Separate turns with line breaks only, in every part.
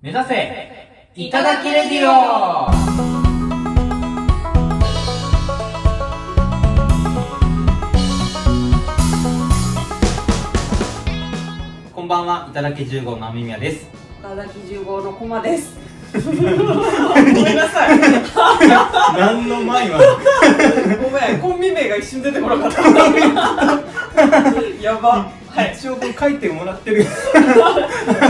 目指せいただきレディオこんばんは、いただき十号の雨宮です。
岡崎十号のコマです。
ごめんなさい。何の前は。
ごめん、コンビ名が一瞬出てこなかった。やば。はい。
一応こう書いてもらってる。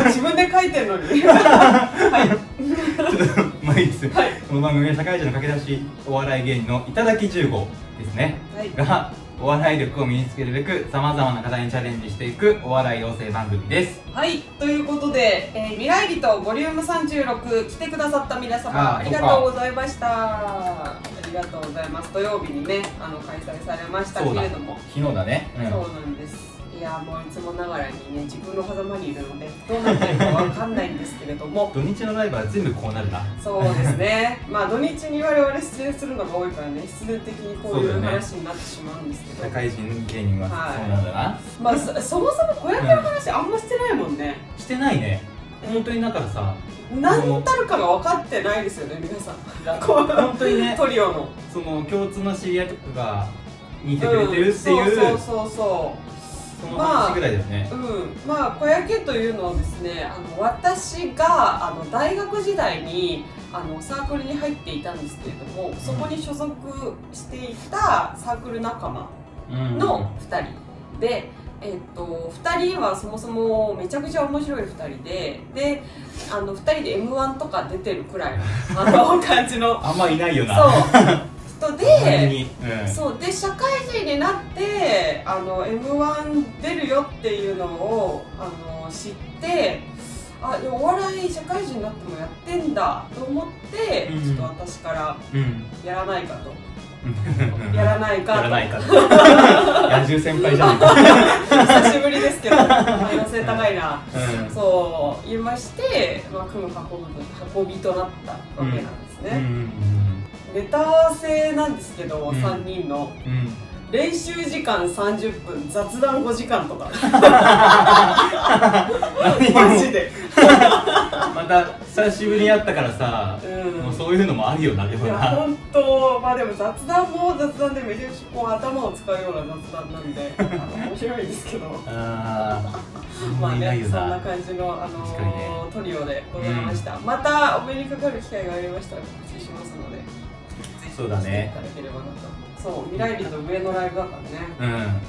自分で書いてんのに。はい。
まあいいです、
はい
この番組は社会人の駆け出しお笑い芸人のいただき十号ですね、
はい
がお笑い力を身につけるべくさまざまな方にチャレンジしていくお笑い養成番組です
はい、ということで、えー、未来リとボリューム36来てくださった皆様
あー
ありがとうございました。ありがとうございます。土曜日にね、あの開催されましたけれども。
昨日だね、うん
そうなんです。いやもういつもながらにね自分の狭間にいるのでどうなってるかわかんないんですけれ ども
土日のライブは全部こうなるな
そうですね、まあ土日に我々出演するのが多いからね、必然的にこうい
そう
う
だよね
話になってしまうんですけど、
社会人芸人は
はい
そうなんだな、
まあそそもそも子役の話あんましてないもんね、
してないね本当にだからさ
何たるかが分かってないですよね、皆さん、こ
本当に
う
ね
トリオの。
その共通の知り合いとかが似てくれてるっていう、
んそうそうそうそ
その話ぐらいだよね、
う、うん、まあ子役というのはですね、あの私があの大学時代にあのサークルに入っていたんですけれども、そこに所属していたサークル仲間。
うん
の2人で、えっと2人はそもそもめちゃくちゃ面白い2人でであの2人で m 1とか出てるくらいのあの感じの
あんまい ないよな
そう人
周り
で。
に、うん、
そうで社会人になってあの m 1出るよっていうのをあの知ってあでもお笑い社会人になってもやってんだと思って、
うん
ちょっと私から
うん
やらないかと、
うん
やらない
や
かと
らない か野獣先輩じゃないか、
久しぶ りですけど可能性高いな
うん
そう言いまして、まあ、組む運び運びとなったわけなんです
うんうん
ね、ネタ合わせなんですけど、
うん
3人の
うんうん
練習時間30分雑談5時間と かマジで、
また久しぶりに会ったからさ
う、
もうんそういうのもあるよなでも
いや
な
本当まあでも雑談も雑談でめちゃくちゃこう頭を使うような雑談な んであの面白いですけど
あー
まあ
いない
ね
よ
そんな
な
感じの、あの
確かにね
トリオでございました、またお目にかかる機会がありましたら告知しますのでぜひ
そうだね
来ていただければなとそう未来人の上のライブだからね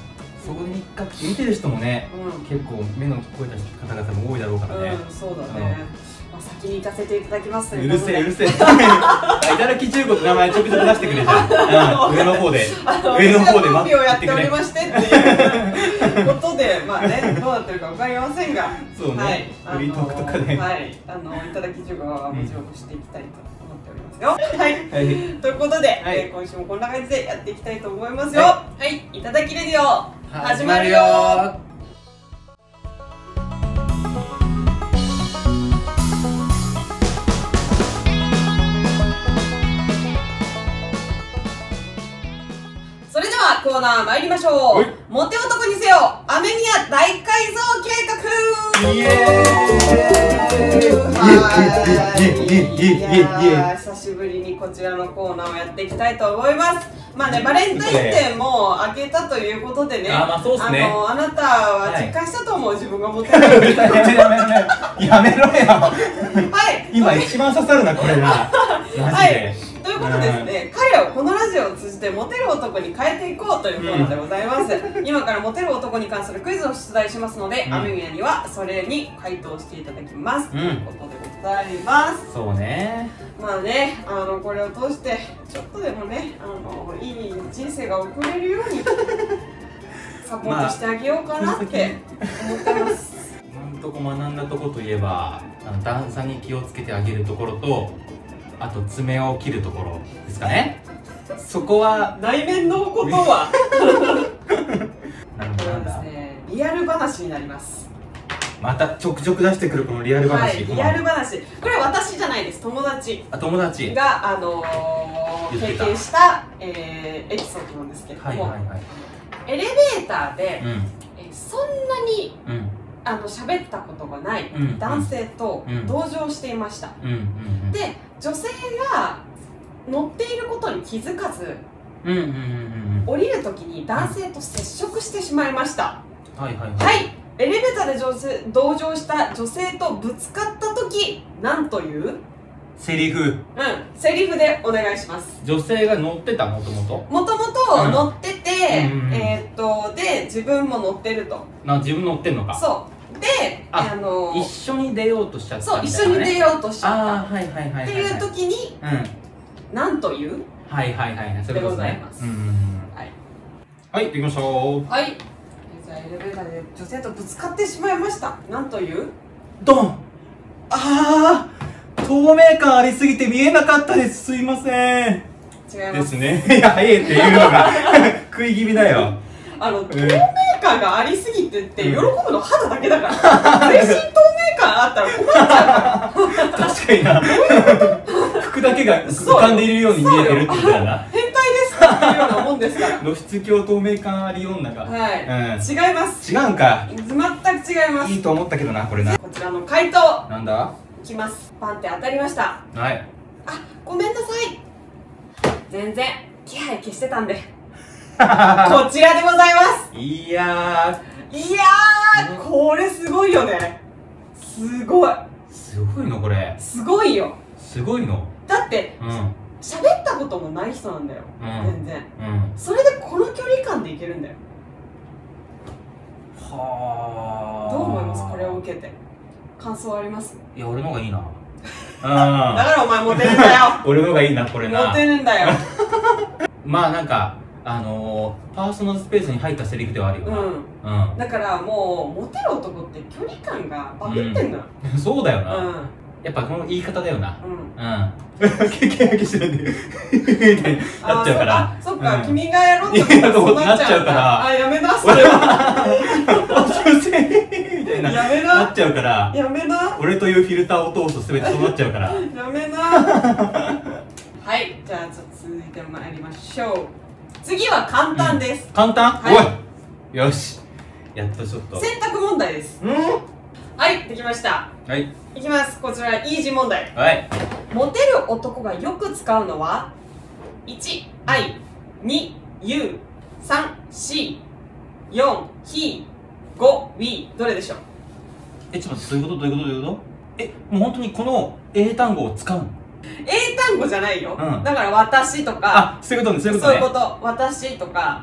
うんそこに一回見てる人もね
う
結構目の聞こえた人方々も多いだろうから
ん、
ね、
うん、そうだね、まあ、先に行かせていただきますと
う
い
る
こと
せ
で
えうる せえいただき中古って名前ちょくちょく出してくれじゃん、うん、上の方で
あの
上の方で
私はコンビをやっており
れ
ましてっていうことで、 まあね、どうなってるかわかりませんが、
そうね
はい、あの
フリートークとかね
はい、あのいただき授業はもちろんしていきたいと思っておりますよ。はい。
はい
ということで、
い
えー今週もこんな感じでやっていきたいと思いますよ。
は
はい、い、ただきレディオ始まるよー。それではコーナー参りましょ
は
う
い。
モテ男にせよ、アメニア大改造計画。
イエーイ
は
イエイエイエイエイエイエイ
ーい
エ
い
イエイ
やー久しぶりにこちらのコーナーをやっていきたいと思います。まあね、バレンタインデーも明けたということでね、
あーまあそうっすね
あ のあなたは実感したと思う、自分がモテない。
やめろやめろや
はい、
今一番刺さるなこれなマジで、
ということでですね、彼をこのラジオを通じてモテる男に変えていこうというコーナーでござい ます、今からモテる男に関するクイズを出題しますので、
うん
アメミヤにはそれに回答していただきます、
うん
ということでございます
そうね
まあねあのこれを通してちょっとでもねあのいい人生が送れるよ うにサポートしてあげようかなって思ってます、
今んとこ学んだとこといえばあの段差に気をつけてあげるところとあと爪を切るところですかねそこ は
内面のことは
なるほどなん
これはです
だ
ねリアル話になります
またちょくちょく出してくるこのリアル話、
はい、リアル話これは私じゃないです友達
あ友達
が、あのー
言って
経
た
験した、えーエピソードなんですけれど
はい
も、
はいはい
エレベーターで、
うん
えーそんなに
うん
あの喋ったことがない
うん
男性と
うん
同乗していました、
うんうんうん
で女性が乗っていることに気づかず
うんうんうんうん
降りるときに男性と接触してしまいました
うんはいはい
はいいエレベーターで女性同乗した女性とぶつかったときなんといううん
セリフ
セリフでお願いします
女性が乗ってたもともと
もとも
う
と
ん
乗ってて、
うん
えーっとで自分も乗ってると
な自分乗ってんのか
そうで
あ
あの
一緒に出ようとしちゃった
そう一緒に出
よ
ようとしちゃ
あ
っ
あはいはいは
た
い
っ
は
て
い
い
は
う
い
時に
うん
なんという
はいはいはいはいそれこそ
でござい
ね
ます
うんうんうん
はい
はいできましたー
はいじゃあエレベーターで女性とぶつかってしまいましたなんという
ドンああ透明感ありすぎて見えなかったですすいません
違い
で
ます
すねいや「ええ」っていうのが 食い気味だよ、
あの透
え
明
ー
感がありすぎてって
うん
喜ぶの肌だけだから 全身透明感あったら困っちゃ
確かに な服だけが浮かんでいるように見えてるってことだな
う変態ですかっていうようなもんですから
露出鏡透明感あり女が、
はい、
うん
違います
違うんか
全く違います
いいと思ったけどなこれな
こちらの回答
なんだ
いきますパンって当たりました
はい
あごめんなさい全然気配消してた んでこちらでございます
いや
いやーこれすごいよねすごい
ーすごいのこれ
すごいよ
すごいの
だって
うん
喋ったこともない人なんだよ
うん
全然
うん
それでこの距離感でいけるんだよ
は
どう思いますこれを受けて感想あります
いや俺の方 がいいな
だ
う
からお前モテるん だよ
ん俺の方がいいなこれ
モ
な
テるんだよ
まあなんかあのー、パーソナルスペースに入ったセリフではあるよな
う
うん
んだからもうモテる男って距離感がバグってんのよ
そうだよ
う
な、
ん
やっぱこの言い方だよな
うん
うん経験だけしてるんでみたいになっちゃうから
あそあそっか、
うん
君がやろうってことはそうなっちゃうからあやめなそれは
女性みた いな
やめ
なっ
な
ちゃうから
やめな
俺というフィルターを通すと全てそうなっちゃうから
や めなはいじゃあちょっと続いてまいりましょう次は簡単です、
簡単、
は
おいよしやっとちょっと
選択問題です
うん
はいできました
はい
いきますこちらイージー問題
はい
モテる男がよく使うのは1愛2 u 3 c 4 he 5 we どれでしょう
えちょっと待ってどういうことどういうことどういうことえもう本当にこの英単語を使うの
英単語じゃないよ、
うん
だから私とか
あそういうことねそういうこ
そ
と
うい
ね
うこと、私とか、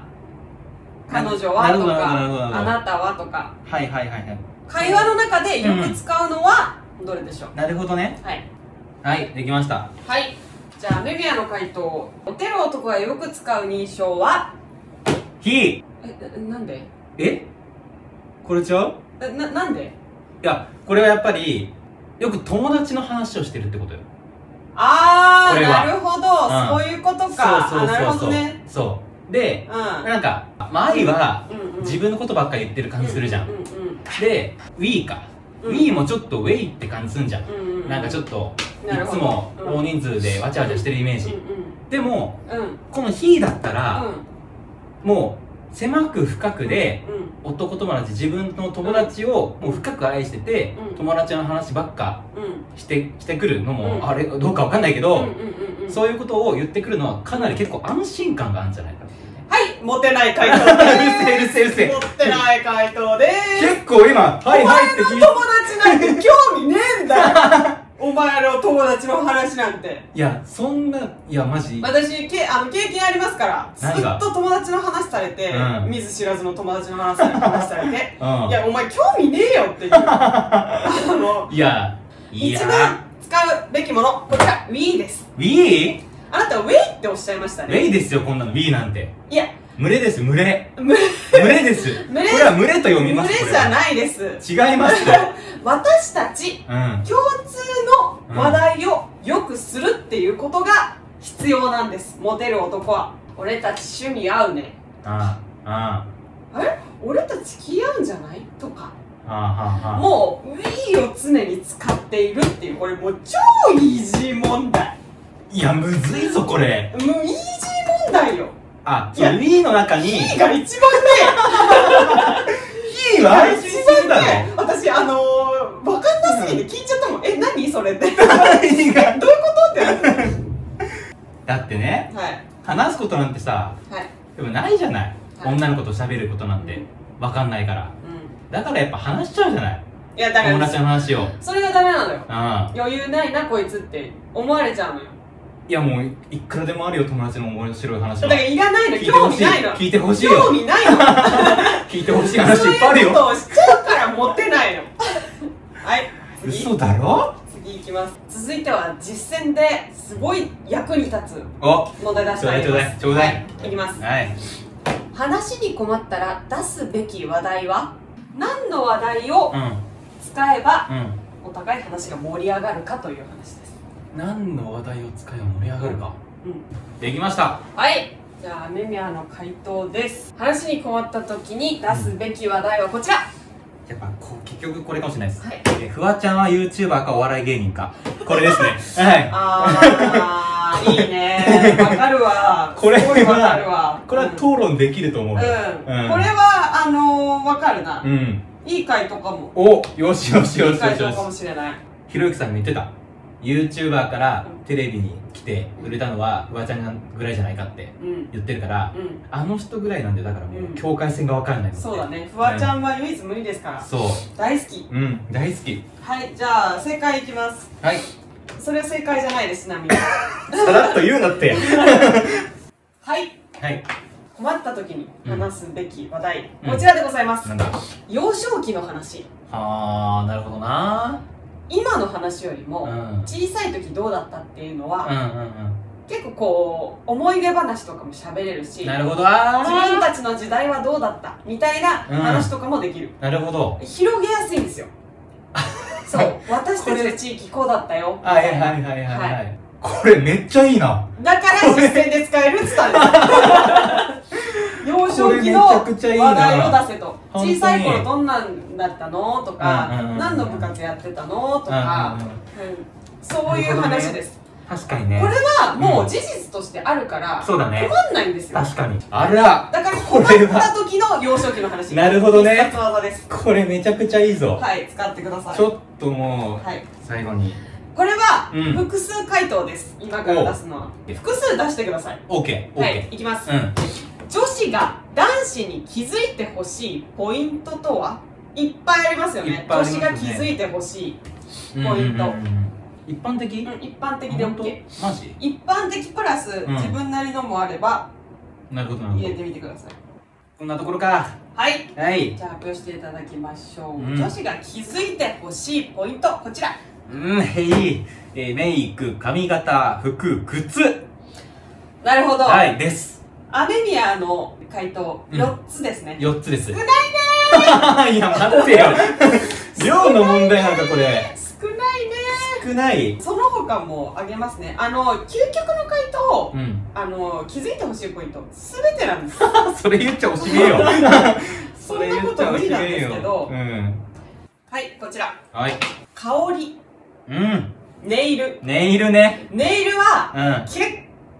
彼女は
なる
と
ほどなるほどなるほ
か、
ど
あなたはとか、
はいはいはいはい
会話の中でよく使うのはどれでしょう、
なるほどね
はい。
はいできました
はい。じゃあ、メビアの回答。モテる男がよく使う認証は
「ひ
え、ななんで」
えこれちゃう
えな、なんで
いやこれはやっぱりよく友達の話をしてるってことよ
あ
こ
ー、
れは
なるほど、
うん
そういうことか。
そうそうそうそう
あ、なるほどね。
そうで
う
なんかまあ愛は
ん。うんうん、
自分のことばっかり言ってる感じするじゃん
うんうん
で「We」か「
うん
We」もちょっと「Way」って感じすんじゃん
うんうんうん、
なんかちょ
っ
っとい
なる
つ
ほど
も
うん
大人数でわちゃわちゃしてるイメージ
う
でも
んうんうん
この「He」だった
う
ら
ん
もう狭く深くで
うん
男友達自分の友達をもう深く愛してて
うん
友達の話ばっか
うん
してしてくるの
うん
もあれどうかわかんないけ
うん
ど
うんうん
そういうことを言ってくるのはかなり結構安心感があるんじゃないかっていうね
はい、モテない回答
うるせえう
で
るせえうるせ
す。
え
モテない回答です。
結構今「はいはい」って聞いて
友達なんて興味ねえんだよ。お前の友達の話なんて。
いやそんないやマジ
私けあの経験ありますからず
何が
っと友達の話されて、
うん
見ず知らずの友達の話されて話されて
うん
いやお前興味ねえよっていうあの
いやい
一
や
番使うべきものこちら Wii です
「We」
あなた Wii っておっしゃいました
ウェ
ね
イですよこんなの B なんて
いや
群れです群れ
群れ
群れです
群れ
これは群れと読み
無
ます
礼
これ
じゃ
は
ないです
違いますよ
私たち
うん
共通の話題をよくするっていうことが必要なんですモテる男は俺たち趣味合うね
あああ
俺たち気合うんじゃないとか
ああああ
もう「ウィー」を常に使っているっていうこれもう超イージー問題
いやむずいぞこれ
もうイージー問題よ
あ
いや
そう We の中
「
に
い」が一番ね
B は
一番
んだね。
私あのー、分かんなすぎて聞いちゃったもん、え何それ ってどう
何が
ってなって
だってね、
はい
話すことなんてさ、
はい
でもないじゃない。
はい
女の子と喋ることなんて、わかんないから。
うん
だからやっぱ話しちゃうじゃない。
いやだか
友
ら
達の話を。うん。
それがダメなのよ
い
余裕ないなこいつって思われちゃうのよ
やもう、いくらでもあるよ、友達の面白い話
だ
は
か。らいらないの
聞いてほ
興
し
味
い。
ないの
聞いてほしい
興
よ。
味ないの
聞いてほしい話いっぱいある
そういう
よ。
ことをしちゃうから持ってない のはい次
嘘だろ
次いきます続いては実践ですごい役に立つ
お、
問題出し
ち
て
ょうだ
あ
い
げ
ちょう
ま
だ
す
い、ちょうだい。
はい、いきます
はい。
話に困ったら出すべき話題は何の話題を
う
使えば
ん。うん。
お互い話が盛り上がるかという話です
何の話題を使えば盛り上がるか、
うん
できました
はいじゃあメミアの回答です話に困った時に出すべき話題はこちらは
やっぱこう結局これかもしれないです、
い
えフワちゃんは YouTuber かお笑い芸人かこれ ですねはい
あーい いねわかるわ
これは
すごいわかるわ
これは
うん
討論できると思う
うん、これ
よ
はあのー、わかるな、
うん、
いい回とかも
およしよし
い
よ
い
しよ
回
し
答
よ
かも
し
しれない
ひろゆきさんが言ってた YouTuber からテレビに来て売れたのはフワちゃんぐらいじゃないかって
うんうん
言ってるからあの人ぐらいなんでだからも
う
うん境界線が分からないもん
そうだねフワちゃんは唯一無二ですから
そ
大好き
ううん大好き
はいじゃあ正解いきます
はい
それは正解じゃないですち なみに
さらっと言うなって
はい
はい
困った時に話すべき話題、
うん
こちらでございます、
なんだ
幼少期の話
あーなるほどな
今の話よ
う
り
んう
も
んうん
小さい時どうだったっていうのは、
う
結構こう思い出話とかも喋れるし
んなるほどあ
自分たちの時代はどうだったみたいな話とかもできる、
ーなるほど
広げやすいん ですよそう私たちの地域こうだったよ
はいはいはいはいはい、
は
これめっちゃいいな
だから実践で使えるっつった んですよ幼
これ
少
め
期
ち
の
ゃくちゃいいな
話題を出せと
本当に
小さい頃どんなんだったのとか、
うんうんうん
何の部活やってたのとか
う、んうんうん
うんそういう話です、
確かにね
これはもう事実としてあるから、
そうだね
困んないんですよ
確かにあら
だから
こ
困っ
れ
た
は
時の幼少期の話
なるほどね
必殺技です
これめちゃくちゃいいぞ、
はい使ってください
ちょっともう
はい、
最後に
これは
うん
複数回答です、今から出すのは複数出してください
OKOK、
はいいきます、
うん
女子が男子に気づいてほしいポイントとはいっぱいありますよね
いっぱいありますね
女子が気づいてほしい、
うんうんうん
ポイント
一般的
うん一般的で
本当
OK
マジ
一般的プラス、
ん
自分なりのもあれば
なるほどなる
入
ほ
れ
ど
てみてください
こんなところか
はい
はい
じゃあ発表していただきましょ
う
う、
ん
女子が気づいてほしいポイントこちら
うんへい、えーメイク髪型服靴
なるほど、
はいです
アメミアの回答
うん
4つですね、
4つです
少ない
ね いや待 ってよ量の問題なんかこれ
少ないね
少ない
その他もあげますねあの究極の回答
うん
あの気づいてほしいポイント全てなん です
それ言っちゃおしめえよ
そんなこと無理なんですけど
それ言っちゃおしめえよ
はいこちら
うんはい
香り
うん
ネイル
ネイルね
ネイルは
う
結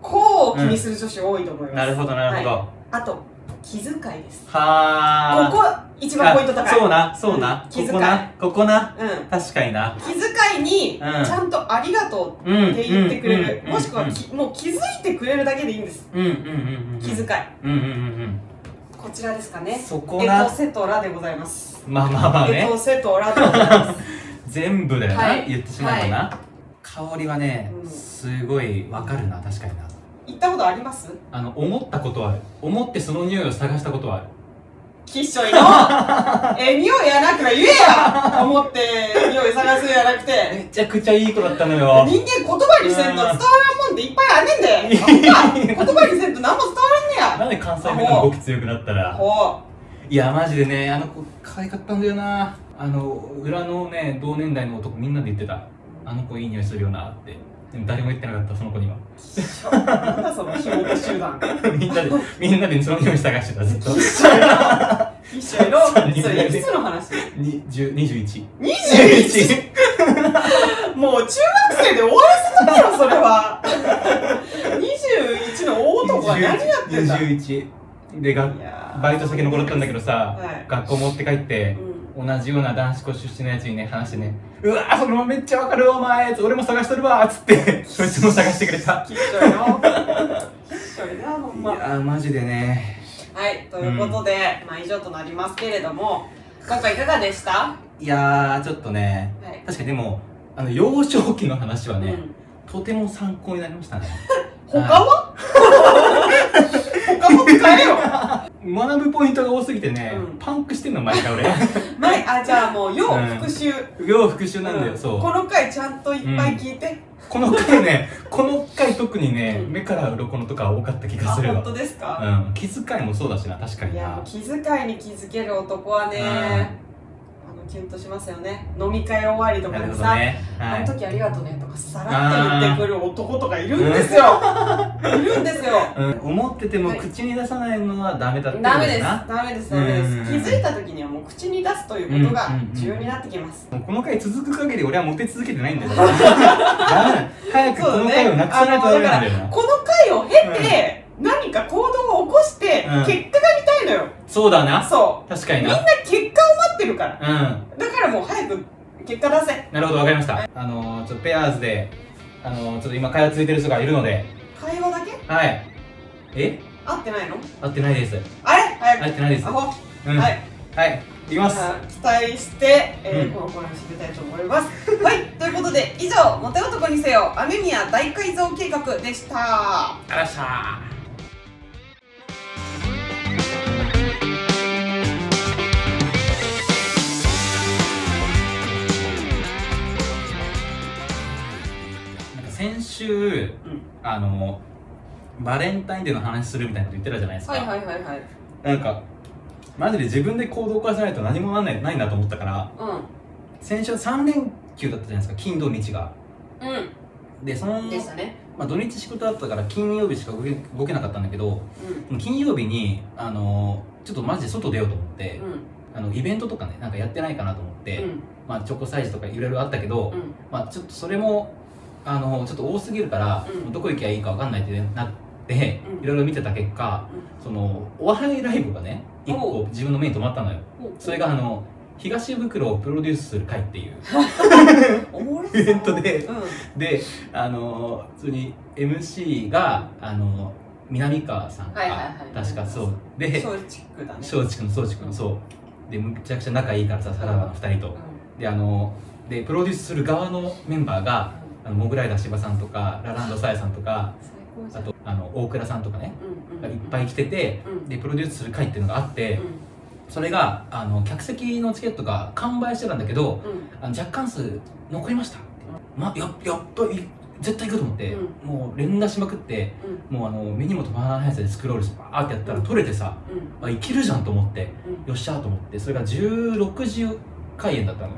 構気にする女子多いと思います、
んなるほどなるほど、
はいあと気遣いですこ
はー
こ一番ポイント高い
そうなそうな、
うん気遣い
ここなここな
うん
確かにな
気遣いにち
うん
ゃんと「ありがと
うん
う」って言ってくれる、
うん
もしくはきもう気づいてくれるだけでいいんです
うんうんうんうん
気遣い
うんうんうん
こちらですか
うん
ね
そこ
エ
な
トセトラでございます
まあまあまあ
エ
ね
トセトラでございます
全部だよな、
はい
言ってしまえばな、香りはね、
うん
すごいわかるな確かにな
行ったことあります
あの思ったことはある思ってその匂いを探したことはある
きっしょいのえ匂いやなくば言えや思って匂い探すんやなくて
めちゃくちゃいい子だったのよ
人間言葉にせんと伝わらんもんでいっぱいあんねんであんた言葉にせんと何も伝わら
な
んね
んで関西弁の語気強くなった
や
ら
ほ
いやマジでねあの子可愛かったんだよなあの裏のね同年代の男みんなで言ってたあの子いい匂いするよなってでも誰も言ってなかったその子に は
うなんだそのひもと集団
みんなでみんなでその匂い探してたずっと
きっしょいのきっしょ
三人組
いのそれいくつの話
に10 21
21もう中学生で終わらせただろそれは21の大男は何やってんだい
21でが
やー
バイト先の頃だったんだけどさ
はい
学校持って帰って
うん
同じような男子校出身のやつにね話してね「うわーそのままめっちゃわかるわお前」俺も探しとるわ」っつって そいつも探してくれた
きっちょいよきっちょいなほんま
ーマジでね
はいということで、まあ以上となりますけれども今回いかがでしたはい
やーちょっとね
い、
確かにでもあの幼少期の話は
う
ね、
ん、
とても参考になりましたね
他は他も使えよ
学ぶポイントが多すぎてね、
うん
パンクしてんの毎 回俺
前あじゃあもう要
うん
復習、
要復習なんだよ、
うん
そう
この回ちゃんといっぱい聞いて、
この回ねこの回特にね
うん
目から鱗のとか多かった気
あ
がする
本
わ
当ですか、
うん、気遣いもそうだしな確かに
いや
な
もう気遣いに気づける男はね、
うん
あのキュンとしますよね飲み会終わりと
な
か
る
で
ほ
さ、
どねは
あ
い
の時ありがとうねとかさらっと言ってくる男とかいるんですよ、いるんですよ
うん、思ってても
はい
口に出さないのはダメだってこと
ダメです
な、
ダメですダメです
うん
気づいた時にはもう口に出すということが
うん
重要になってきます、
もうこの回続く限り俺はモテ続けてないんだよダメだ早くこの回をなくさないとダメなんだよな
この回を経て、何か行動を起こして、
うん
結果が見たいのよ
そうだな
そ
確かに
うみんな
な
結果を待ってるから
うん
だからもう早く結果出せ
なるほどわかりましたあのーちょっとペアーズであのーちょっと今会話続いてる人がいるので
会話だけ
はいえ
合ってないの
合ってないです
あれ早く
合ってないです
ア
うん
ホは
はいい行きます
期待して、えー
うん
このコーナー締めたいと思います。はい、ということで以上「モテ男にせよ雨宮大改造計画」でした。
あらっしゃーなんか先週、あのバレンタインデーの話するみたいなこと言ってたじゃないですか、
はいはいはいはい。
なんかマジで自分で行動を起こさないと何もなんないないなと思ったから先週3連休だったじゃないですか金土日が
うん。
でその
うん。でしたね。
まあ、土日仕事だったから金曜日しか動け動けなかったんだけど
うん。
金曜日にあのちょっとマジで外出ようと思って、
うん。
あのイベントとかねなんかやってないかなと思って、
うん。
まあ、チョコサイズとかいろいろあったけど、
うん。
まあ、ちょっとそれもあのちょっと多すぎるから、
うん
もうどこ行きゃいいか分かんないってなって
うん
いろいろ見てた結果、そのお笑いライブがね一
お
個自分の目に留まったのよそれがあの東袋をプロデュースする会 っていう
おもろそう
イベントで
うん。
であの普通に MC があの南川さんが、
はいはいはい
確かそうで
松竹だね。
松竹の松竹のそうでむちゃくちゃ仲いいからささらばの2人と
うん。
であのでプロデュースする側のメンバーがあのモグライダー芝さんとかラランドサヤさんとかあ
最高じゃん。
とあの大倉さんとかね
うん。うん。
がいっぱい来てて
うん。うん。
でプロデュースする会っていうのがあってそれがあの客席のチケットが完売してたんだけど
うん。うん。
あの若干数残りましたって、ま、ややっぱり絶対行くと思って、
う
もう連打しまくってもうあの目にも止まらない速さでスクロールしてバーってやったら取れてさ、
うん。
あいけるじゃんと思って
うん。
よっしゃーと思ってそれが16時開演だったのよ、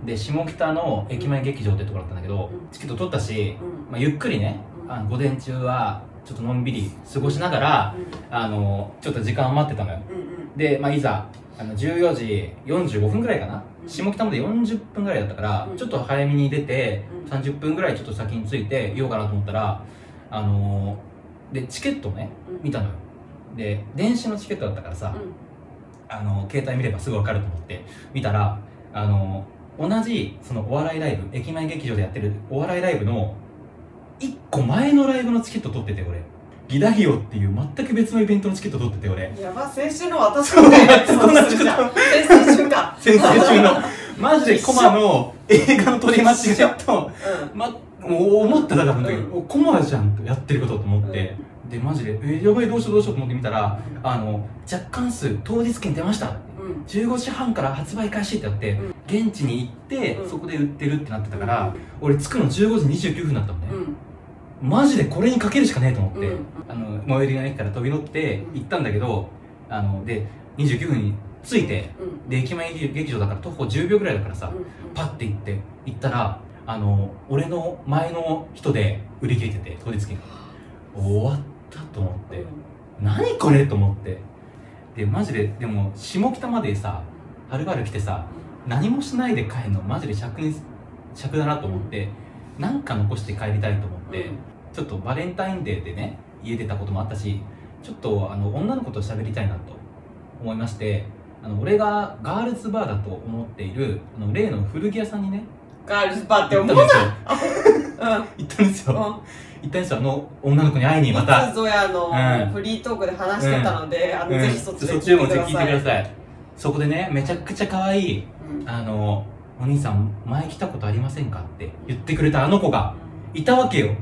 うん。
で下北の駅前劇場ってとこだったんだけど、
うん
チケット取ったし、
うん。うん。
まあ、ゆっくりね
うん
あの午前中はちょっとのんびり過ごしながらあのちょっと時間を待ってたのよ
うん。うん。
で、まあ、いざあの14時45分ぐらいかな
うん
下北まで40分ぐらいだったから、
うん
ちょっと早めに出て
うん
30分ぐらいちょっと先に着いていようかなと思ったらあのーでチケットね
うん。
見たのよで電子のチケットだったからさ、
うん
あの携帯見ればすぐ分かると思って見たらあの同じそのお笑いライブ駅前劇場でやってるお笑いライブの1個前のライブのチケット取ってて俺ギダギオっていう全く別のイベントのチケット取ってて俺
やば、先週の私のね、
そう
そうするじゃん。先々週か。
先生中の マジでコマの映画の取り間違いと、
う
ま、もう思ってたからその時、
う
おコマじゃんとやってることと思って、でマジで「えやばいどうしようどうしよう」と思って見たらあの若干数当日券出ました
ん。うん。
15時半から発売開始ってなって、
うん
現地に行って、
うん
そこで売ってるってなってたから、俺着くの15時29分だったのね
う、ん。
マジでこれにかけるしかねえと思って、
うん
あの最寄りの駅から飛び乗って
うん
行ったんだけどあので29分に着いて
うん。
で駅前劇場だから徒歩10秒ぐらいだからさ、パッて行って行ったらあの俺の前の人で売り切れてて当日券が終わったと思って、何これと思ってでマジででも下北までさはるばる来てさ何もしないで帰るのマジで尺に尺だなと思ってなんか残して帰りたいと思って、ちょっとバレンタインデーでね家出たこともあったしちょっとあの女の子と喋りたいなと思いましてあの俺がガールズバーだと思っているあの例の古着屋さんにね
ガールズバーって
行っ
思
た
うん
ですよ
うん
行ったんですよ
うん
行ったんですよあの女の子に会いにま
い
た
つぞやの、
うん
フリートークで話してたので、あの
うん
ぜひそっちで
そっちでもぜひ聞いてくださいそこでねめちゃくちゃ可愛い
うん
あのお兄さん前来たことありませんかって言ってくれたあの子がいたわけよ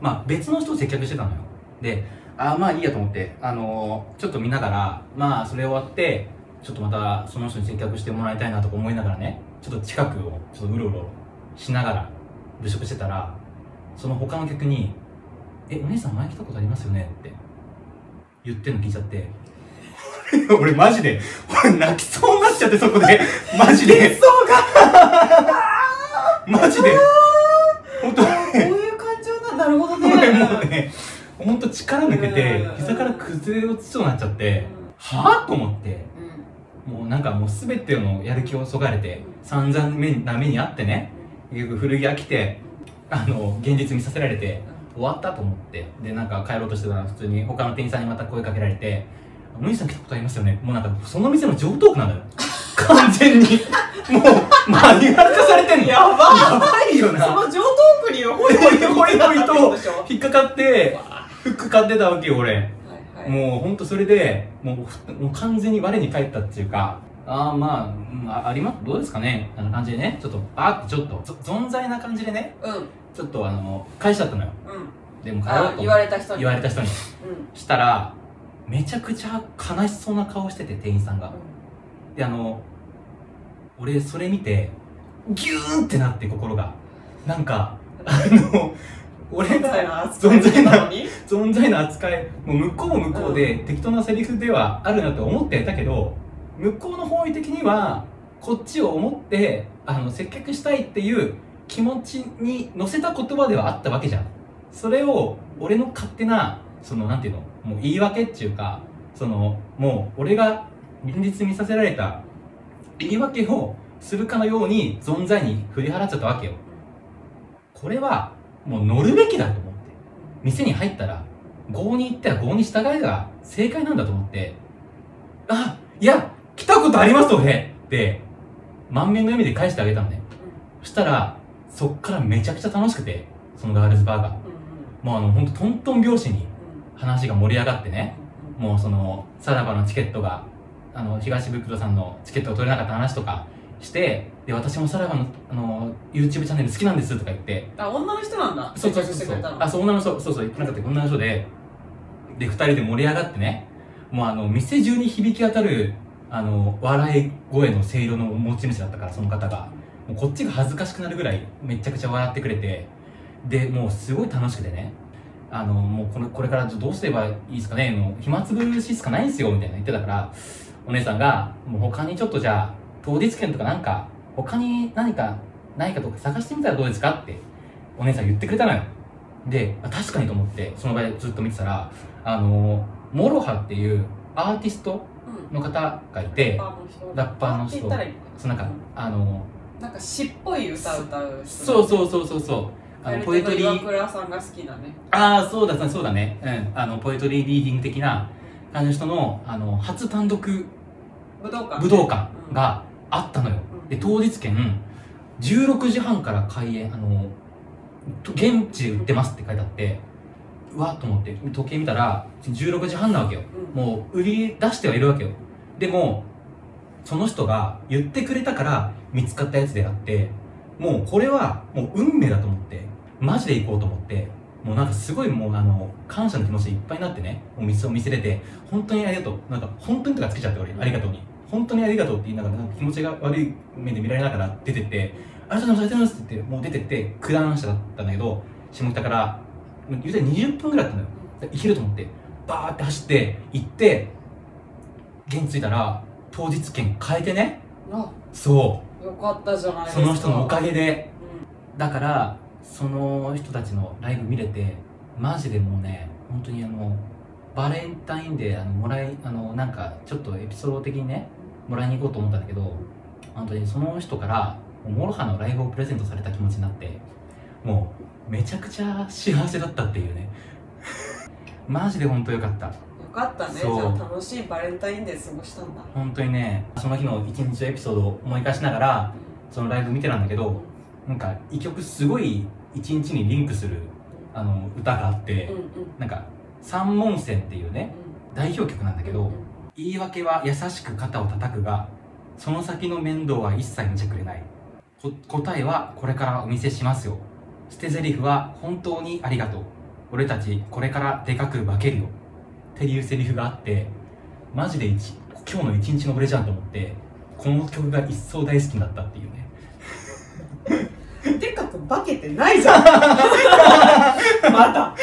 まあ別の人を接客してたのよでああまあいいやと思ってあのーちょっと見ながらまあそれ終わってちょっとまたその人に接客してもらいたいなとか思いながらねちょっと近くをちょっとうろうろしながら物色してたらその他の客に「えお姉さん前来たことありますよね?」って言ってんの聞いちゃって 俺マジで俺泣きそうになっちゃってそこ でマジで
そうか
マジで 本当
こういう感情なんだなるほどね
これもうね、ほんと力抜けて
う、ん
膝から崩れ落ちそうになっちゃっ
うん
て、はぁと思って、
うんうん
もうなんかもうすべてのやる気をそがれて、散々目にな目にあってね、結局古着飽きて、あの、現実見させられて、終わったと思って、で、なんか帰ろうとしてたら、普通に他の店員さんにまた声かけられて、お兄さん来たことありますよね。もうなんか、その店の上等句なんだよ。 完全に。もう、マニュアル化されてんの。
やば
やばいよ
そ
な。
の上等ぶりをホイホイと
ホイホイと
見たってことでしょは
引っかかって、服買ってたわけよ、俺。
いはい
もうほんとそれでもうふもう完全に我に返ったっていうかああまあうんあありますどうですかねあの感じでねちょっとあーってちょっとぞ存在な感じでね
うん
ちょっとあの返しちゃったのよ
うん
でも帰ろう
あ
と
言われた人に
言われた人に
うんうん
したらめちゃくちゃ悲しそうな顔してて店員さんがであの俺それ見てギューンってなって心がなんかあの俺
存
が
在の扱いなのに
存在の扱いもう向こうも向こうで適当なセリフではあるなと思ってたけど向こうの方位的にはこっちを思ってあの接客したいっていう気持ちに乗せた言葉ではあったわけじゃんそれを俺の勝手なそのなんていうのもう言い訳っていうかそのもう俺が現実見させられた言い訳をするかのように存在に振り払っちゃったわけよこれはもう乗るべきだと思って店に入ったら郷に行ったら郷に従えが正解なんだと思ってあいや来たことあります俺って満面の笑みで返してあげたのねそしたらそっからめちゃくちゃ楽しくてそのガールズバーが
うんうん
もうあのほんとトントン拍子に話が盛り上がってね
う
もうそのさらばのチケットがあの東ブクロさんのチケットが取れなかった話とかしてで私もさらばのあの YouTube チャンネル好きなんですとか言って
んあ女の人なんだ
そうそうそう
接客して
そ
くれ
う
たの
あそう女の人そうそうなんかって女の人でで2人で盛り上がってねもうあの店中に響き当たるあの笑い声の声量の持ち主だったからその方がもうこっちが恥ずかしくなるぐらいめちゃくちゃ笑ってくれてでもうすごい楽しくてねあのもうこれこれからどうすればいいですかねもう暇つぶししかないんですよみたいな言ってたからお姉さんがもう他にちょっとじゃあ当日券とかなんか他に何かないかとか探してみたらどうですかってお姉さん言ってくれたのよであ確かにと思ってその場でずっと見てたらあのモロハっていうアーティスト
うん
の方がいて
ラッパーの人
ラッパーの人
って言ったらいいのか
そのなんかあの
ななんか詩っぽい歌歌う人
そう
う
そうそうそうそうあのポエトリ
岩
ー
倉さんが好きなね
ああそうだそうだねうんあのポエトリーリーディング的なあの人のあの初単独
武道館
武道館があったのよ
うん
で当日券16時半から開演あのと現地で売ってますって書いてあってうわっと思って時計見たら16時半なわけよ
うん
もう売り出してはいるわけよでもその人が言ってくれたから見つかったやつであってもうこれはもう運命だと思ってマジで行こうと思ってもうなんかすごいもうあの感謝の気持ちでいっぱいになってねもう店を見せれて本当にありがとうなんか本当にとかつけちゃって俺ありがとうに本当にありがとうって言いながらなんか気持ちが悪い目で見られながら出てってありがとうございますありがとうございますって言ってもう出てって九段下だったんだけど下北から言うて20分ぐらいだったのよで行けると思ってバーって走って行って現地着いたら当日券変えてね
あ
そ
よかったじゃないうです
そ
か
の人のおか
げ
げでだからその人たちのライブ見れてマジでもうね本当にあのバレンタインデーあのもらいあのなんかちょっとエピソード的にねもらいに行こうと思ったんだけど本当にその人からモロハのライブをプレゼントされた気持ちになっても うめちゃくちゃ幸せだったっていうねマジで本当良かった
よかったねじ
そう
ゃあ楽しいバレンタインデー過ごしたんだ
本当にねその日の一日のエピソードを思い返しながらそのライブ見てたんだけどなんか一曲すごい一日にリンクするあの歌があって、
うんうん
なんか「三門線」っていうね代表曲なんだけど、言い訳は優しく肩を叩くがその先の面倒は一切見てくれないこ答えはこれからお見せしますよ捨て台詞は本当にありがとう俺たちこれからでかく化けるよっていうセリフがあってマジで一今日の一日の俺じゃんと思ってこの曲が一層大好きになったっていうね
うんてかく化けてな いじゃんまだ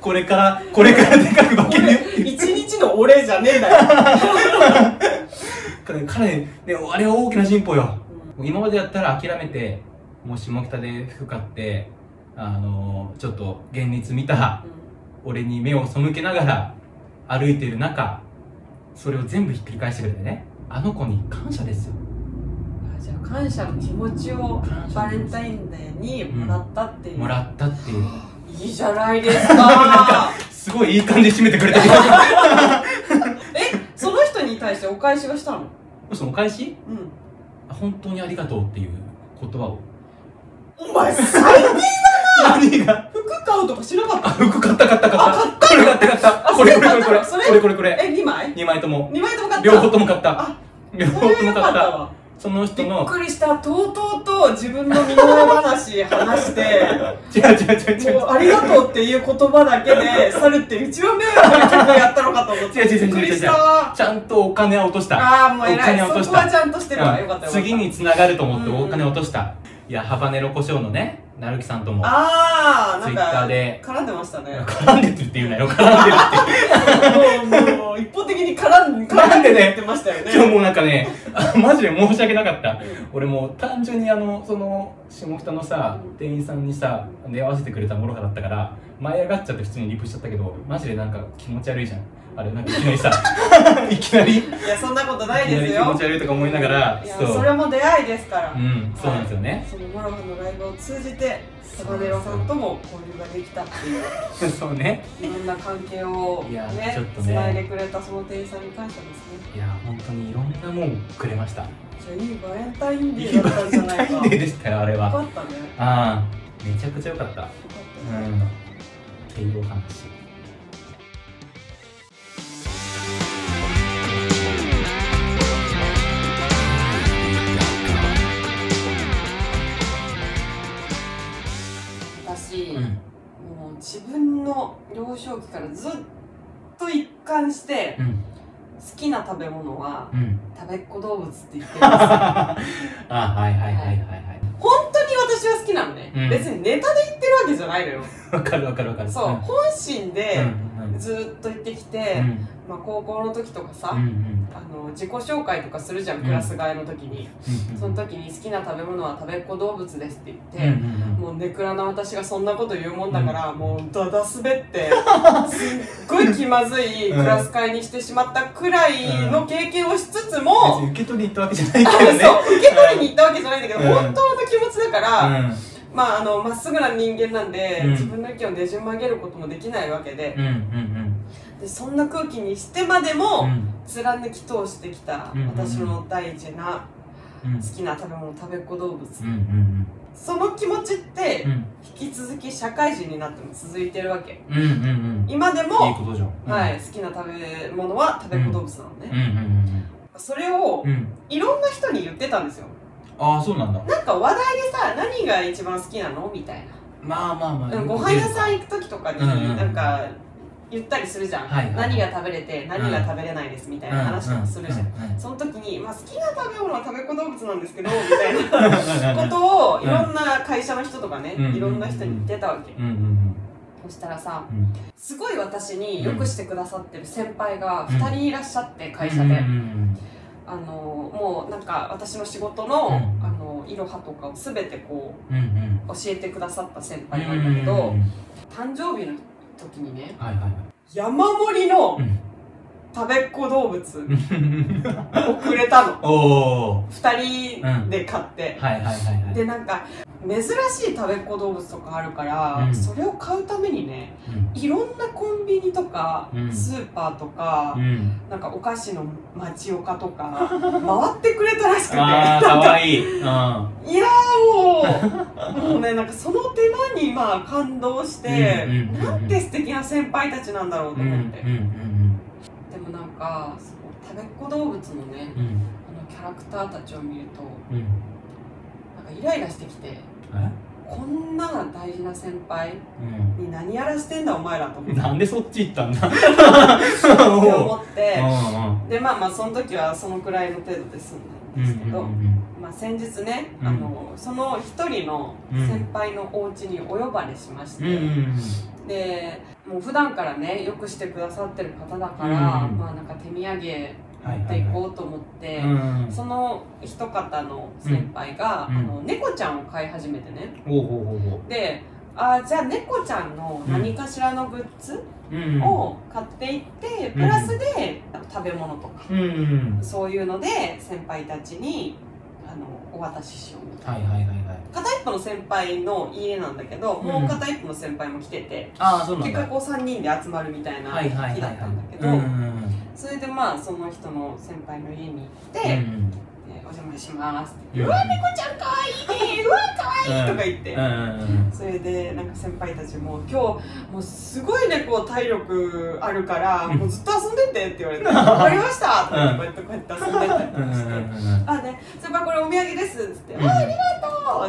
これからこれからでかく化けるよっていう
一日のお礼じゃねえんだよ、
彼彼ねあれは大きな進歩よ今までだったら諦めてもう下北で服買ってあのちょっと現実見た俺に目を背けながら歩いてる中それを全部ひっくり返してくれてねあの子に感謝ですよ
うんあじゃあ感謝の気持ちを
感謝
バレ
で
ン
す
タインデーにもらったっていう、
もらったっていう
いいじゃないですか
すごいいい感じで締めてくれたけど
えその人に対してお返しはしたの
そのお返し
うん
本当にありがとうっていう言葉を
お前最低
何が
服買うとかしなかっ
あ服買った買った買ったこれ買った買った
あ
これこれこれこれ
買ったそれ
これこれこれ
たえ2枚
2枚とも
2枚とも買った
両方とも買った
あ
両方
それ
とも買
はよか
っ
った
た
わ
その人
びっ
の
くりしたとうとうと自分の身の上話話して
違う違う 違う違う違う
もうありがとうっていう言葉だけで猿ってうちは迷惑な曲をやったのかと思って
違う違う違う違う
びっくりしたわ
ちゃんとお金は落とした
ああもう
お金
偉
落と
い
した
そこはちゃんとしてるわよかったよかった
次に繋がると思って
うん
お金落とした、いやハバネロ胡椒のねなるきさんとも
ああなん
Twitter
か
で
絡んでましたね
絡んでるっていうなよ絡 んでるっ
もうもう一方的に絡ん絡んでねってましたよ
て
ね
今日もうなんかね あマジで申し訳なかった俺もう単純にあのその下北のさ店員さんにさ出会わせてくれたもろはだったから舞い上がっちゃって普通にリプしちゃったけどマジでなんか気持ち悪いじゃんあれなんかいきなりさ いきなりいき
いやそんなことな
ない
で
り
す
気持
よ
ち悪いとか思いながら
いや
そう
それも出会いですから、
うんそうなんですよね
そのモロハのライブを通じてサバネロさんとも交流ができたっていう
そうね
いろんな関係を
いや
ね
ちょっとね
つないでくれたその店員さんに感謝ですね
いや本当にいろんなもんくれました
じゃあいいバレンタインデ
い
ー
い
だ
バ
ったんじ
レ
ゃ
ン
な
タ
いか
イン
よ
デーでしたよあれは
かったねよ
ああめちゃくちゃ良かった
か
う
ったね
んっていうお話
私、
うん
もう自分の幼少期からずっと一貫して
うん
好きな食べ物は
うん
食べっ子動物って言ってるんですよ
あはいはいはいはいはい
本当に私は好きなのね、
うん
別にネタで言ってるわけじゃないのよ
わかるわかるわかる
そう、本心
うんう
で
ん
ずーっと言ってき
う
て、
ん
まあ、高校の時とかさ、
うんうん
あの自己紹介とかするじゃん、
うん
クラス替えの時に、
うん
その時に好きな食べ物は食べっ子動物ですって
うんう
言って、
ん
もうネクラな私がそんなこと言うもんだから、
うん
もうダダ滑って すっごい気まずいクラス替えにしてしまったくらいの経験をしつつ
別
も、
に受け取りに行ったわけじゃない
あ
けどね
そう受け取りに行ったわけじゃないんだけど、
うん
本当の気持ちだから、
う
まああのまっすぐな人間なんで、
うん
自分の意見をねじ曲げることもできないわけで,、
んうんうん
でそんな空気にしてまで
う
も
ん
貫き通してきた、
うんうんうん
私の大事な
うん
好きな食べ物食べっ子動物、
うんうん
その気持ちって
うんうん
引き続き社会人になっても続いてるわけ
うんうんうん
今で
いい
も
ことじゃん
はい、好きな食べ物は食べっ子動物なのね
う、んうん
それを
うんうん
いろんな人に言ってたんですよ
ああそうなんだ
なんか話題でさ何が一番好きなのみたいな
まあまあま
う
あ
んご飯屋さん行く時とかに
うんうんうん
なんか言ったりするじゃん、
はいはい
何が食べれて何が食べれないですみたいな話とかするじゃん、その時に、まあ、好きな食べ物は食べっ子動物なんですけどみたいなこ
こと
をいろんな会社の人とかね、
うん
いろんな人に言ってたわけ、
うんうん
そしたらさ
うん
すごい私によくしてくださってる先輩が2人いらっしゃって会社
う
で、
ん
あのもうなんか私の仕事の、
うん
あのいろはとかを全てこう
うんうん
教えてくださった先
うん
輩なんだけど、
うんうんうん
誕生日の時にね
はいはいはい
山盛りの
うん
食べっ子動物をくれたの
おお
2人で買って、
はいはいはいはい
でなんか珍しい食べっ子動物とかあるから、
うん
それを買うためにね
うん
いろんなコンビニとか、
うん
スーパーとか
う、ん、
なんかお菓子の町岡とか回ってくれたらしくて
あ
な
あ
ん
か
か
わいい、うん、うん
いや ーもうもうねなんかその手間にまあ感動して、
うんうんうんうん
なんて素敵な先輩たちなんだろうと
うん
思って、
うん
でもなんかその食べっ子動物のね
うんうん
あのキャラクターたちを見ると
うん
なんかイライラしてきて
え
こんな大事な先輩
う
に何やらしてんだお前らと思っ
ん
て
なんでそっち行ったんだ
思って
う
でまあまあその時はそのくらいの程度で済んだん
ん
ですけど、
うんうん
まあ、先日ね、
うん
あのその一人の先輩のお家にお呼ばれしまし
う
て、
んうんうん
でもう普段からねよくしてくださってる方だから、
うん
まあなんか手土産持
はい
っ
は
て
い
い
は
こうと思って、
いうん
その一方の先輩が、
うん
あの猫ちゃんを飼い始めてね
おうおうおうおう
であーじゃあ猫ちゃんの何かしらのグッズ
うん
を買っていって、プラスで食べ物とか、
うんうん
そういうので先輩たちにあのお渡ししようみたいな。
はいはいはいはい
片一方の先輩の家なんだけど、
うん
もう片一方の先輩も来てて
ああそうなん
結
だ
果こう3人で集まるみたいな
はいはいはい
日だ
は
ったんだけ
い
ど、
うんうん
それでまあその人の先輩の家に行って「
うんう
え
ん
お邪魔します」って
う
「
ん
うわ猫ちゃんかわいいねうわかわいい」とか言って。
うん
それでなんか先輩たちも「今日もうすごいねこう体力あるから
うん
もうずっと遊んでって」って言わ れて「わかりました」とか言ってこうやってこうやって遊んでったりと
うんうん
かして「あね先輩これお土産です」っつって「
うん
わ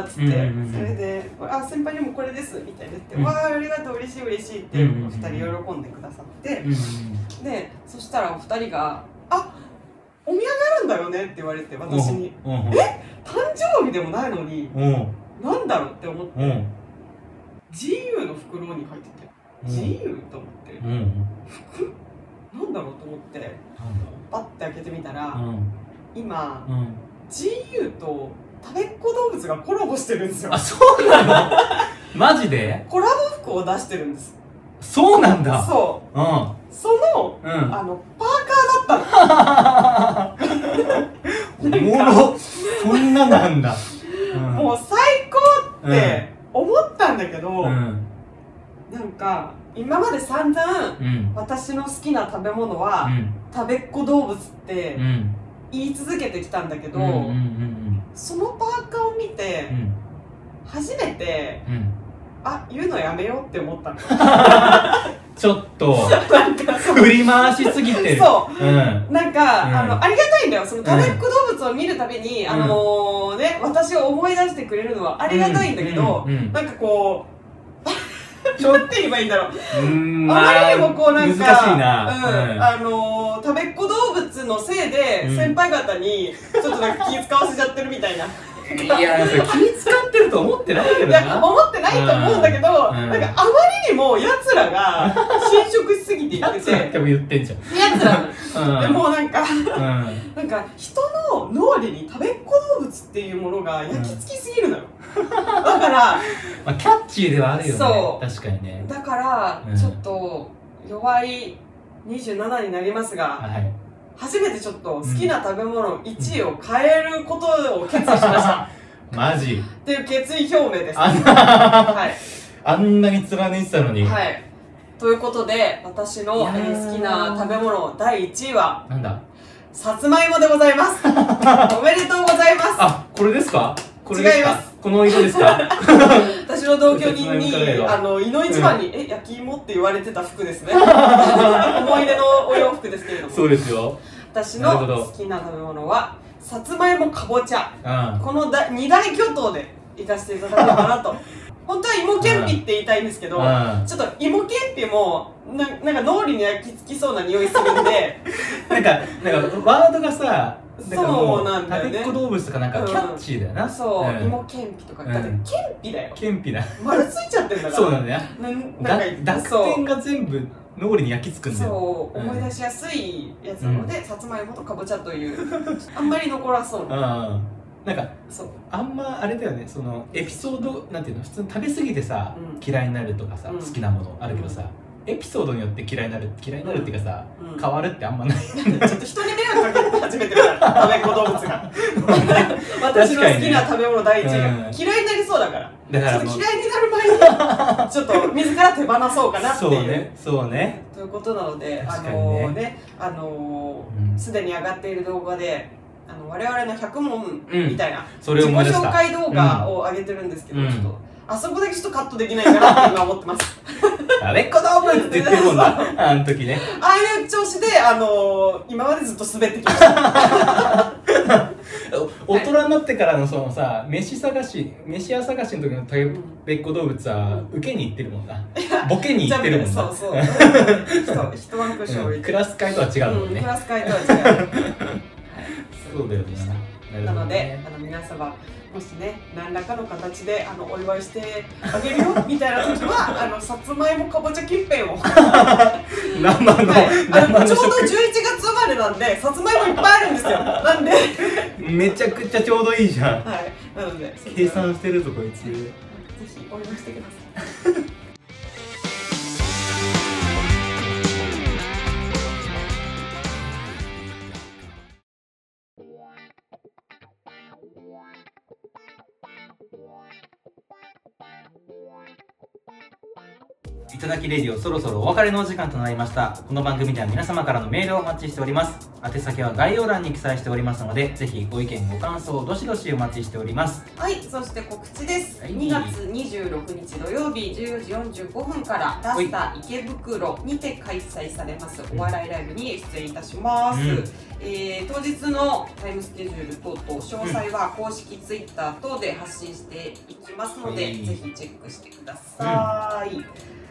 ーっつって、
うんうんうん
それで「あ先輩にもこれです」みたいな言って「
うん
わあありがとう嬉しい嬉しい」って
うんうんう
2
ん
人喜んでくださって
うん
でそしたらお二人が「あお土産あるんだよね」って言われて私に
うん
「誕生日でもないのに
うんうん
なんだろう?」って思って
うんうん
「GU の袋に入ってて「GU?」と思って
うんうん
なんだろうと思ってパッて開けてみた
う
ら
ん
今
うん
GU と食べっ子動物がコラボしてるんですよ
あそうなのマジで
コラボ服を出してるんです
そうなんだ
そう
うん
その
うん
あのパー
おもろそんななんだうん
もう最高って思ったんだけど、
うん
なんか今まで散々
うん
私の好きな食べ物
う
は、
ん
食べっ子動物っ
う
て
ん
言い続けてきたんだけど、
うんうんうん
そのパーカーを見て
うんうん
初めて
うん
あ言うのやめようって思っ たの
ちょっと
なんかそ
振
う
り回しすぎてる
そ
うん
うなんか、
うん
あのありがたいんだよその食べっ子動物を見るたびに、
うん
あのね私を思い出してくれるのはありがたいんだけど、
うんうん
なんかこ う
ちょ
なんて言えばいいんだろう
うん
あまりにもこうなんか、
難しいな
うん、あのー、食べっ子動物のせいで、
うん
先輩方に、ちょっとなんか気使わせちゃってるみたいな。
いや、なんか気使ってると思ってないけど
いや、
な。
思ってないと思うんだけど、
うんうん
なんかあまりにも奴らが侵食しすぎていて
やつだっても言ってんじゃ
奴らなの
ん。
で、もうなんか、
うん、
なんか人の脳裏に食べっ子動物っていうものが焼き付きすぎるのよ。だから、
まあ、キャッチーではあるよね。
そう
確かにね。
だか
う
ら、
ん
ちょっと弱い27になりますが、
はい。
初めてちょっと好きな食べ物1位を変えることを決意しました、
マジ。
っていう決意表明です
あん
は
な、
い、
あんなに貫いてたのに。
はい、ということで私の
い
え
やー
ー好きな食べ物第1位は
なんだ
さつまいもでございます おめでとうございます
あ、これですかこれです
違い
か
ま
この色ですか
私の同居人に
さつまいもカレーは
あの井の一番に、え焼き芋って言われてた服で すね思い出のお洋服ですけれど
そ
も
うですよ。
私
なるほ
の
ど
好きな食べ物はさつまいもかぼちゃ
うん。
このだ二大巨頭で行かせていただこうかなと 本当は芋けんぴって言いたいんですけど、
うん
ちょっと芋けんぴもななんか脳裏に焼き付きそうな匂いするんで
なんか、なんか、ワードがさ、なんかも
そうなんだよね
食べっ子動物とかなんか
うん
キャッチーだよな。
そう、
ん
芋けんぴとか
うん
だってけんぴだよ
ケンピだ。
丸ついちゃってんだから
そうなんだよ。だ
ななんか
濁
そう
点が全部脳裏に焼き付くんだよ。
そう思い出しやすいやつなので、さつまいもとかぼちゃという あんまり残らそう
うん。
な
なんか、
そう
あんまあれだよねそのエピソードなんていうの普通に食べ過ぎてさ、
うん
嫌いになるとかさ、
うん
好きなものあるけどさ、エピソードによって嫌いになる嫌いになるっていうかさ
うん
変わるってあんま ない
ちょっと人に迷惑かけて始めてるから、食べっ子動物 が。私の好きな食べ物第一が、
うん
嫌いになりそうだから。
だから
ちょ
も
っ
う
と嫌いになる前に、ちょっと自ら手放そうかなってい。
そううねそうね
ということなので、あ
確かにね
のね、あの
うん
ー、すでに上がっている動画で、あの我々の100問
うん
みたいな、
それを
自己
思い出し
紹
た
介動画を上げてるんですけど、
うん
ちょっと、あそこだけちょっとカットできないかなって今思ってます。
食べっ子動物って言ってるも んなあの時ね
ああいう調子で、あのー今までずっと滑ってきました。
お 大人になってからのそのさ飯探し飯屋探しの時の食べっ子動物は受けに行ってるもんなボケに行ってるもん
そ
な
うそう。 人、人ワンクッション
う
置い
ん
て
ク。ラス会とは違うもん
うんク
ね
ラス会とは違う。
そうだよね
な
るほど
ので
ね、
あの皆様、もしね、何らかの形であのお祝いしてあげるよみたいな時は、あのさつまいもかぼちゃきんぺんを、はい、
生の
あ
生
のちょ
の
うど
食
11月生まれなんで、さつまいもいっぱいあるんですよ。なんで、はい、
めちゃくちゃちょうどいいじゃん
なので、そちら
計算してるぞこいつ
ぜひお祝いしてください。
いただきレディオそろそろお別れのお時間となりましたこの番組では皆様からのメールをお待ちしております宛先は概要欄に記載しておりますのでぜひご意見ご感想どしどしお待ちしております
はい、そして告知です。
はい
2月26日土曜日14時45分からラスタ池袋にて開催されます
うん
お笑いライブに出演いたします。
うん
えー当日のタイムスケジュール等々詳細は公式ツイッター等で発信していきますので、
はい
ぜひチェックしてください。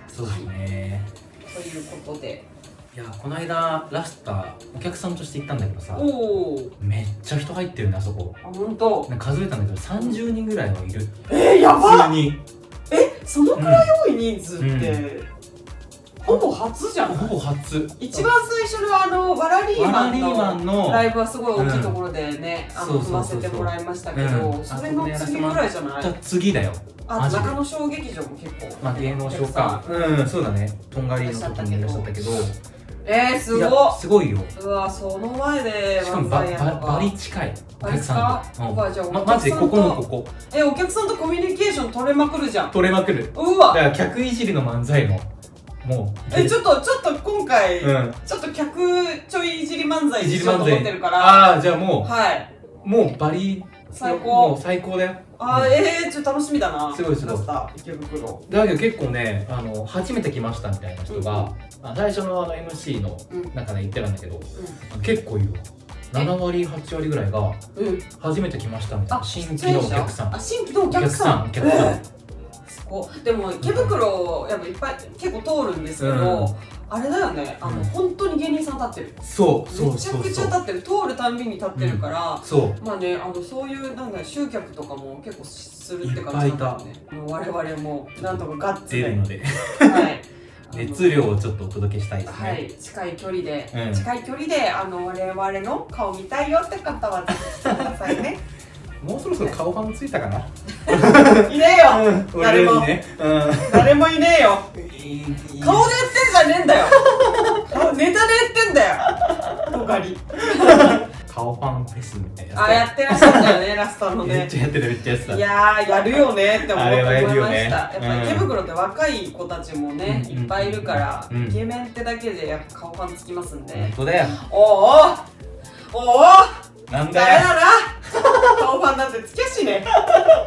そうですね
ということで、
いやこの間ラスターお客さんとして行ったんだけどさ
おお、
めっちゃ人入ってるねあそこ
あ本当。
なんか数えたんだけど30人ぐらいはいる
えー、や
普
ば
通
っ。
に
そのくらい多い人数って、ほぼ初じゃん。
ほぼ初
一番最初のあのバラリー
ワ
マ
ラ
ン
リー
の
マンの
ライブはすごい大きいところでね、
うん
あ
そう
の
そう
組
そう
ま
そう
せてもらいましたけど、
うん
それの次ぐらいじゃない、
次だよ
あ
マ
と
ジで
中野小劇場も結構、
まあ芸能賞かうんそうだねとんがりの時にいらっしゃったけど
えー、す
い
ご
や
っ
すごいよ
うわその前で
しかも
漫
ば
才やる
ば
の
バ
か
リ近いお
バリ
客
っす
さ
か
ん
う
が、
わじゃあ
う
お
ん、まマ
客さんと
ジでここのここ
えお客さんとコミュニケーション取れまくるじゃん
取れまくる
う
だ
わ
から客いじりの漫才ももう
えちょっとちょっと今回、
うん
ちょっと客ちょいいじり漫才
い
に
じ
し
り
ようと
漫
思ってる
才
から
ああじゃあも
はい、
うもうバリ
最高
もう最高だよ
あーえー、ちょっと楽しみだな
すごいすごい
ラスター池袋
だけど結構ねあの初めて来ましたみたいな人が、あ最初のあの MC の
うん
中で言ってたんだけど、結構いるわ7割8割ぐらいが
うん
初めて来ましたみたい
あ
な新規のお客さん
あ新規のお
お
客
客
さ
さん
ん
お客さん、
ええすごいでも池袋やっぱいっぱい結構通るんですけど、
うん
あれだよねあの、
うん
本当に芸人さん立ってる
そうそうそう
めちゃ
そう
くちゃ立ってる通るたんびに立ってるから、
そう
まあね、あのそういうなんだ集客とかも結構するって感じなんだよねもう我々もなんとかガッツ
出る
で、
ので
はい、
熱量をちょっとお届けしたいですね、
はい、近い距離で、
うん
近い距離であの我々の顔見たいよって方はぜひ来てくださ いね
もうそろそろ顔ファンついたかな、
いねえ
う
よ
ん
誰も
俺らにね、う
誰もいねえよ
ん、いいいい
顔で言ってんじゃねえん だよ顔ネタで言ってんだよとかに
顔ファンフェスみたいな
あやってらっしゃったよ ねラストの
めっ
ね
ちゃやってるめっちゃやってた
いやーやるよねって思っ
あ
て
れはや
思
る
いま
よ
した、
ね
やっぱ
うん
池袋って若い子たちもね、
うんうん
いっぱいいるから、
うん
イケメンってだけでやっぱ顔パンつきますんで、
本当だよ
おおおお
なん
だめ
だよ
だな 顔パンなんてつけしね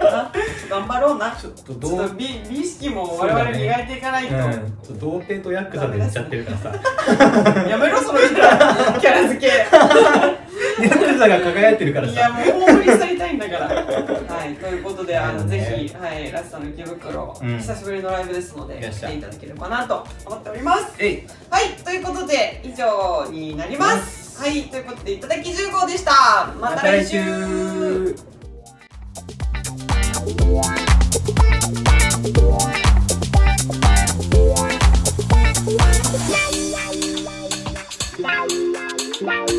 な頑張ろうなち
ちょっと
ょ
ど
っ
う
と美美意識も
そう
我
だね
々磨いていかないと、
うん、ちょっと童貞とヤクザで言っちゃってるからさ
やめろそのキャラキャラ付け
ヤクザが輝いてるから
いや
さ
もう大振りされたいんだから。はい、ということで、あの、
なるね
ぜひ、はい、ラストの池袋、
うん
久しぶりのライブですので、
よっ
来
しゃ
ていただければなと思っております。
えい
はい、ということで、以上になります。はい、ということで、いただき10号でした。また来週。
また来週
ラララララ